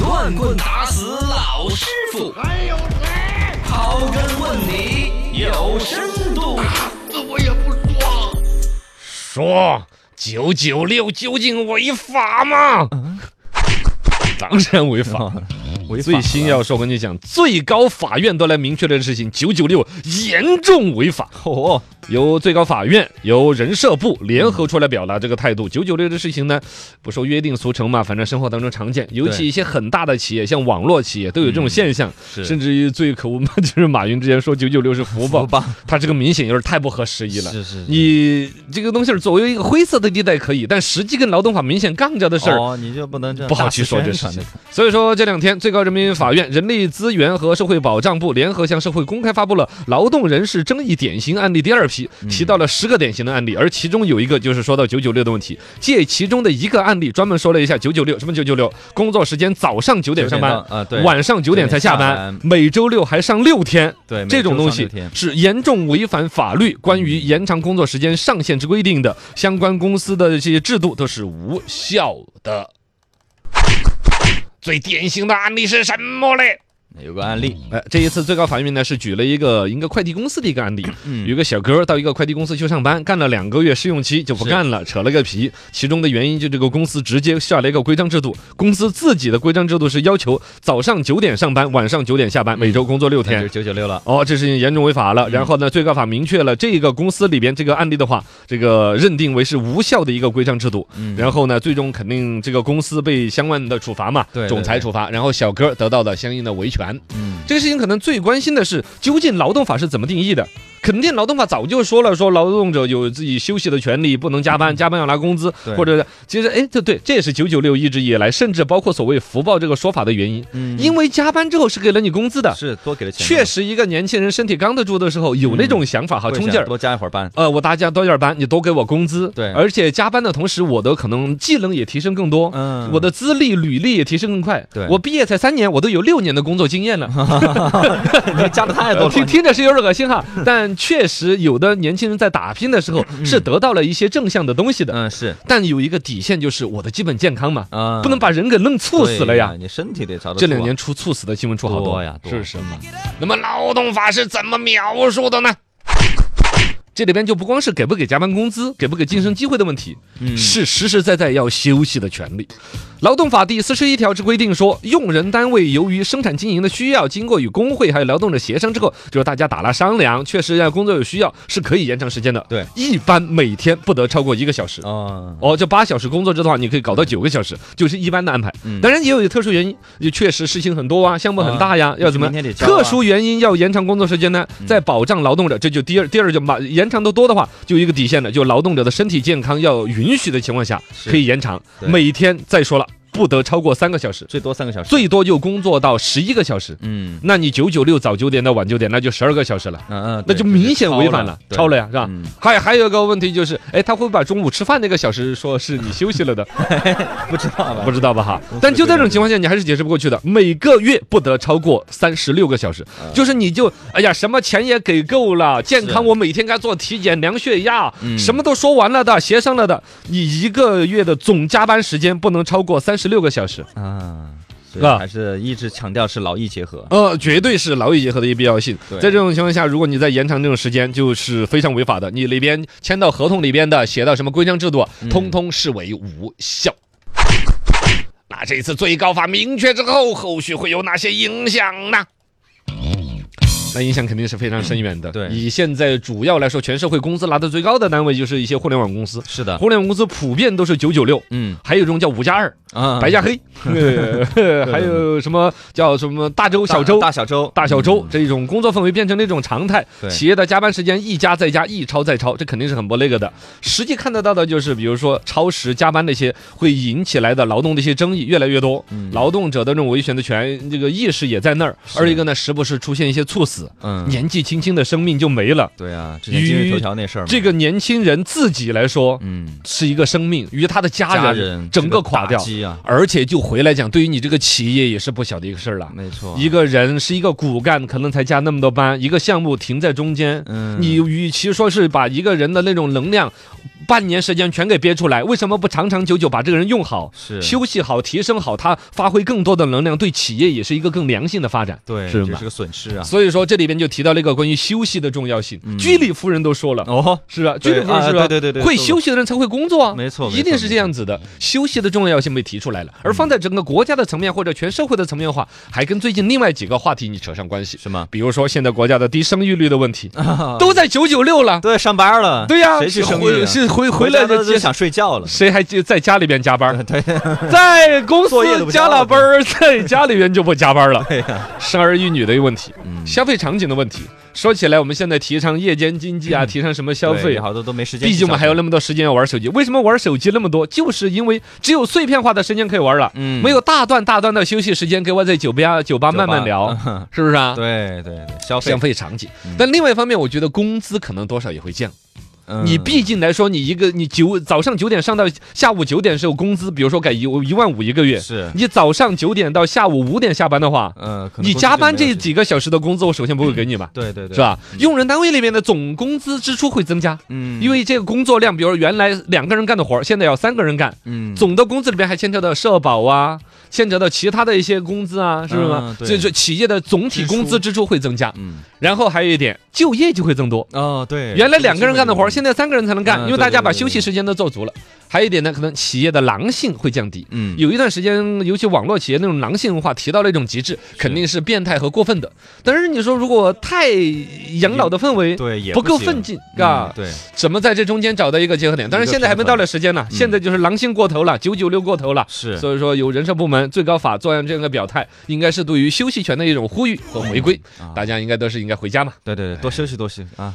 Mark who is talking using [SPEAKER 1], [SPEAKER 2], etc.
[SPEAKER 1] 乱棍打死老师傅，
[SPEAKER 2] 还有谁？
[SPEAKER 1] 刨根问底有深度。
[SPEAKER 2] 死我也不说。
[SPEAKER 3] 说九九六究竟违法吗？当然违法。
[SPEAKER 4] 嗯违法
[SPEAKER 3] 最新要说，我跟你讲，最高法院都来明确这个事情，九九六严重违法。
[SPEAKER 4] 哦，
[SPEAKER 3] 由最高法院、由人社部联合出来表达这个态度。九九六的事情呢，不说约定俗成嘛，反正生活当中常见，尤其一些很大的企业，像网络企业都有这种现象。
[SPEAKER 4] 嗯是
[SPEAKER 3] 甚至于最可恶嘛，就是马云之前说九九六是福报，
[SPEAKER 4] 福报
[SPEAKER 3] 他这个明显有点太不合时宜了。
[SPEAKER 4] 是是是
[SPEAKER 3] 你这个东西儿作为一个灰色的地带可以，但实际跟劳动法明显杠着的事儿，
[SPEAKER 4] 哦，你就不能这样
[SPEAKER 3] 不好
[SPEAKER 4] 大
[SPEAKER 3] 去
[SPEAKER 4] 肆
[SPEAKER 3] 说这
[SPEAKER 4] 宣
[SPEAKER 3] 事
[SPEAKER 4] 传
[SPEAKER 3] 情
[SPEAKER 4] 的。
[SPEAKER 3] 所以说这两天，最高人民法院、人力资源和社会保障部联合向社会公开发布了劳动人事争议典型案例第二批，
[SPEAKER 4] 嗯
[SPEAKER 3] 提到了十个典型的案例，而其中有一个就是说到九九六的问题，借其中的一个案例专门说了一下九九六什么九九六，工作时间早上九点上班
[SPEAKER 4] 9点到啊对
[SPEAKER 3] 晚上九点才下
[SPEAKER 4] 9点
[SPEAKER 3] 班
[SPEAKER 4] 下班，
[SPEAKER 3] 每周六还上六天，
[SPEAKER 4] 对每
[SPEAKER 3] 这种
[SPEAKER 4] 周
[SPEAKER 3] 东
[SPEAKER 4] 上
[SPEAKER 3] 西
[SPEAKER 4] 六天嗯
[SPEAKER 3] 是严重违反法律关于延长工作时间上限之规定的，相关公司的这些制度都是无效的。最典型的案例是什么嘞？
[SPEAKER 4] 有个案例，
[SPEAKER 3] 哎，这一次最高法院呢是举了一个应该快递公司的一个 案例，嗯
[SPEAKER 4] 嗯
[SPEAKER 3] 有一个小哥到一个快递公司去上班，干了两个月试用期就不干了，扯了个皮。其中的原因就这个公司直接下了一个规章制度，公司自己的规章制度是要求早上九点上班，晚上九点下班，每周工作六
[SPEAKER 4] 那就
[SPEAKER 3] 天
[SPEAKER 4] 是。九九六了。
[SPEAKER 3] 哦，这事情严重违法
[SPEAKER 4] 嗯
[SPEAKER 3] 了。然后呢，最高法明确了这个公司里边这个案例的话，这个认定为是无效的一个规章制度。
[SPEAKER 4] 嗯
[SPEAKER 3] 然后呢，最终肯定这个公司被相关的处罚嘛，
[SPEAKER 4] 对对
[SPEAKER 3] 总裁
[SPEAKER 4] 对
[SPEAKER 3] 处罚，然后小哥得到了相应的维权。
[SPEAKER 4] 嗯，
[SPEAKER 3] 这个事情可能最关心的是，究竟劳动法是怎么定义的？肯定劳动法早就说了，说劳动者有自己休息的权利，不能加班，加班要拿工资，
[SPEAKER 4] 嗯对
[SPEAKER 3] 或者是其实哎，这对，这也是九九六一直以来，甚至包括所谓福报这个说法的原因，
[SPEAKER 4] 嗯
[SPEAKER 3] 因为加班之后是给了你工资的，
[SPEAKER 4] 啊是多给了钱嘛，
[SPEAKER 3] 确实，一个年轻人身体刚得住的时候，有那种想法哈，
[SPEAKER 4] 会
[SPEAKER 3] 冲
[SPEAKER 4] 想
[SPEAKER 3] 劲儿。
[SPEAKER 4] 多加一会儿班。
[SPEAKER 3] 呃，我大家多点班，你多给我工资。
[SPEAKER 4] 对
[SPEAKER 3] 而且加班的同时，我的可能技能也提升更多，
[SPEAKER 4] 嗯
[SPEAKER 3] 我的资历、履历也提升更快。
[SPEAKER 4] 对
[SPEAKER 3] 我毕业才三年，我都有六年的工作经验了。
[SPEAKER 4] 你加的 太
[SPEAKER 3] 呃
[SPEAKER 4] 多了，
[SPEAKER 3] 听听着是有点恶心 哈，但确实有的年轻人在打拼的时候是得到了一些正向的东西的，
[SPEAKER 4] 嗯是
[SPEAKER 3] 但有一个底线就是我的基本健康嘛，
[SPEAKER 4] 啊，
[SPEAKER 3] 不能把人给弄猝死了
[SPEAKER 4] 对
[SPEAKER 3] 呀
[SPEAKER 4] 呀，。你身体得朝着
[SPEAKER 3] 这两年出猝死的新闻出好
[SPEAKER 4] 多呀多
[SPEAKER 3] 是不是？那么劳动法是怎么描述的呢？这里边就不光是给不给加班工资、给不给晋升机会的问题，
[SPEAKER 4] 嗯
[SPEAKER 3] 是实实在在要休息的权利。劳动法第四十一条之规定说，用人单位由于生产经营的需要，经过与工会还有劳动者协商之后，就是大家打了商量，确实要工作有需要，是可以延长时间的。
[SPEAKER 4] 对
[SPEAKER 3] 一般每天不得超过一个小时。
[SPEAKER 4] 啊，
[SPEAKER 3] 哦，这八小时工作制的话，你可以搞到九个小时，就是一般的安排。
[SPEAKER 4] 嗯
[SPEAKER 3] 当然也有特殊原因，也确实事情很多啊，项目很大呀，要怎么
[SPEAKER 4] 明天得交啊嗯
[SPEAKER 3] 特殊原因要延长工作时间呢？在保障劳动者，这就第二第二就把延长的多的话，就有一个底线了，就劳动者的身体健康要允许的情况下，
[SPEAKER 4] 是
[SPEAKER 3] 可以延长。
[SPEAKER 4] 对
[SPEAKER 3] 每天再说了，不得超过三个小时，
[SPEAKER 4] 最多三个小时。
[SPEAKER 3] 最多就工作到十一个小时。
[SPEAKER 4] 嗯
[SPEAKER 3] 那你九九六早九点到晚九点，那就十二个小时了。
[SPEAKER 4] 嗯嗯，
[SPEAKER 3] 那
[SPEAKER 4] 对
[SPEAKER 3] 就明显违反了，
[SPEAKER 4] 对
[SPEAKER 3] 超了呀，是吧
[SPEAKER 4] 嗯？
[SPEAKER 3] 还还有一个问题就是，哎，他会不会把中午吃饭那个小时说是你休息 了的，
[SPEAKER 4] 不知 道吧？
[SPEAKER 3] 不知道吧哈？但就在这种情况下，你还是解释不过去的。每个月不得超过三十六个小时，就是你就哎呀，什么钱也给够了，健康我每天该做体检、量血压，什么都说完了的，协商了的，你一个月的总加班时间不能超过三十六个小时。
[SPEAKER 4] 啊，所
[SPEAKER 3] 是吧
[SPEAKER 4] 以还是一直强调是劳逸结合。
[SPEAKER 3] 呃，绝对是劳逸结合的一个必要性。
[SPEAKER 4] 对
[SPEAKER 3] 在这种情况下，如果你再延长这种时间，就是非常违法的。你里边签到合同里边的，写到什么规章制度，啊通通视为无效。那这次最高法明确之后，后续会有哪些影响呢？那影响肯定是非常深远的。
[SPEAKER 4] 嗯对
[SPEAKER 3] 以现在主要来说，全社会工资拿得最高的单位就是一些互联网公司，
[SPEAKER 4] 是的，
[SPEAKER 3] 互联网公司普遍都是九九六，
[SPEAKER 4] 嗯
[SPEAKER 3] 还有一种叫五加二。
[SPEAKER 4] 啊，
[SPEAKER 3] 白加 黑，呃还有什么叫什么大周、
[SPEAKER 4] 大
[SPEAKER 3] 小周、
[SPEAKER 4] 大小周，
[SPEAKER 3] 大小周这种工作氛围变成了一种常态，
[SPEAKER 4] 嗯对
[SPEAKER 3] 企业的加班时间一加再加，一超再超，这肯定是很不那个的。实际看得到的就是，比如说超时加班那些会引起来的劳动的一些争议越来越多，
[SPEAKER 4] 嗯
[SPEAKER 3] 劳动者的这种维权的权这个意识也在那儿。二一个呢，时不时出现一些猝死，
[SPEAKER 4] 嗯，
[SPEAKER 3] 年纪轻轻的生命就没了。
[SPEAKER 4] 对啊，之前今日
[SPEAKER 3] 与
[SPEAKER 4] 头条那事儿嘛，
[SPEAKER 3] 这个年轻人自己来说，
[SPEAKER 4] 嗯，
[SPEAKER 3] 是一个生命，与他的家人
[SPEAKER 4] 家人
[SPEAKER 3] 整个垮掉
[SPEAKER 4] 这个打击啊，
[SPEAKER 3] 而且就回来讲，对于你这个企业也是不小的一个事儿了。
[SPEAKER 4] 没错，
[SPEAKER 3] 一个人是一个骨干，可能才加那么多班，一个项目停在中间，
[SPEAKER 4] 嗯
[SPEAKER 3] 你与其说是把一个人的那种能量。半年时间全给憋出来，为什么不长长久久把这个人用好？
[SPEAKER 4] 是
[SPEAKER 3] 休息好，提升好，他发挥更多的能量，对企业也是一个更良性的发展，
[SPEAKER 4] 对，
[SPEAKER 3] 是
[SPEAKER 4] 这
[SPEAKER 3] 吗
[SPEAKER 4] 是？个损失啊。
[SPEAKER 3] 所以说这里边就提到了一个关于休息的重要性。
[SPEAKER 4] 嗯
[SPEAKER 3] 居里夫人都说了，
[SPEAKER 4] 哦，
[SPEAKER 3] 是啊，居
[SPEAKER 4] 对
[SPEAKER 3] 里夫人
[SPEAKER 4] 啊
[SPEAKER 3] 是吧？
[SPEAKER 4] 对对对对
[SPEAKER 3] 会
[SPEAKER 4] 说
[SPEAKER 3] 休息的人才会工作啊，
[SPEAKER 4] 没错没
[SPEAKER 3] 一定
[SPEAKER 4] 错嗯
[SPEAKER 3] 是
[SPEAKER 4] 没
[SPEAKER 3] 这样子的。休息的重要性被提出来了，而放在整个国家的层面或者全社会的层面的话，还跟最近另外几个话题你扯上关系，
[SPEAKER 4] 什么？
[SPEAKER 3] 比如说现在国家的低生育率的问题，都在九九六了。
[SPEAKER 4] 啊对，上班了。
[SPEAKER 3] 对呀，
[SPEAKER 4] 谁去生
[SPEAKER 3] 回
[SPEAKER 4] 育啊？
[SPEAKER 3] 是回回来
[SPEAKER 4] 家
[SPEAKER 3] 就
[SPEAKER 4] 都
[SPEAKER 3] 接
[SPEAKER 4] 都想睡觉了。
[SPEAKER 3] 谁还就在家里边加班？
[SPEAKER 4] 对，
[SPEAKER 3] 在公
[SPEAKER 4] 作业都
[SPEAKER 3] 司
[SPEAKER 4] 不
[SPEAKER 3] 加
[SPEAKER 4] 交
[SPEAKER 3] 了
[SPEAKER 4] 了
[SPEAKER 3] 班儿，在家里边就不加班了。
[SPEAKER 4] 对呀，
[SPEAKER 3] 生儿育女的一个问题，
[SPEAKER 4] 嗯
[SPEAKER 3] 消费场景的问题。说起来，我们现在提倡夜间经济啊，提倡什么消费
[SPEAKER 4] 嗯对
[SPEAKER 3] 啊？
[SPEAKER 4] 好多都没时间去
[SPEAKER 3] 毕
[SPEAKER 4] 消费。
[SPEAKER 3] 竟我们还有那么多时间要玩手机。为什么玩手机那么多？就是因为只有碎片化的时间可以玩了，
[SPEAKER 4] 嗯
[SPEAKER 3] 没有大段大段的休息时间给我在酒吧酒吧慢慢聊， 是不是啊？
[SPEAKER 4] 嗯对嗯对对，消费
[SPEAKER 3] 消。费场景，但另外一方面，我觉得工资可能多少也会降。
[SPEAKER 4] 嗯
[SPEAKER 3] 你毕竟来说，你一个你九早上九点上到下午九点时候，工资比如说改一一万五一个月，
[SPEAKER 4] 是
[SPEAKER 3] 你早上九点到下午五点下班的话，
[SPEAKER 4] 嗯，可能
[SPEAKER 3] 你
[SPEAKER 4] 公司
[SPEAKER 3] 加
[SPEAKER 4] 就
[SPEAKER 3] 班
[SPEAKER 4] 没有
[SPEAKER 3] 这
[SPEAKER 4] 时
[SPEAKER 3] 几个小时的工资，我首先不会给你嘛，
[SPEAKER 4] 对对对，
[SPEAKER 3] 是？吧？用人单位里面的总工资支出会增加，
[SPEAKER 4] 嗯，
[SPEAKER 3] 因为这个工作量，比如原来两个人干的活儿，现在要三个人干，
[SPEAKER 4] 嗯
[SPEAKER 3] 总的工资里边还牵扯到社保啊，牵扯到其他的一些工资啊，是不是嘛？
[SPEAKER 4] 嗯对
[SPEAKER 3] 所以说企业的总体工资支出会增加，
[SPEAKER 4] 嗯
[SPEAKER 3] 然后还有一点，就业就会增多。
[SPEAKER 4] 哦对，
[SPEAKER 3] 原来两个人干的活儿，现
[SPEAKER 4] 在
[SPEAKER 3] 在三个人才能干，
[SPEAKER 4] 嗯
[SPEAKER 3] 因为大家把
[SPEAKER 4] 对对对
[SPEAKER 3] 休息时间都做足了。还有一点呢，可能企业的狼性会降低。
[SPEAKER 4] 嗯
[SPEAKER 3] 有一段时间，尤其网络企业那种狼性文化提到了一种极致，肯定是变态和过分的。但是你说如果太养老的氛围，
[SPEAKER 4] 对也
[SPEAKER 3] 不够
[SPEAKER 4] 行
[SPEAKER 3] 奋进，
[SPEAKER 4] 嗯
[SPEAKER 3] 啊，
[SPEAKER 4] 对，
[SPEAKER 3] 怎么在这中间找到一个结合点？当然，现在还没到了时间呢，现在就是狼性过头了，九九六过头了。
[SPEAKER 4] 是
[SPEAKER 3] 所以说，有人社部门、最高法做样这样一个表态，应该是对于休息权的一种呼吁和回归。
[SPEAKER 4] 啊
[SPEAKER 3] 大家应该都是应该回家嘛。
[SPEAKER 4] 对对对，多休息多休息啊，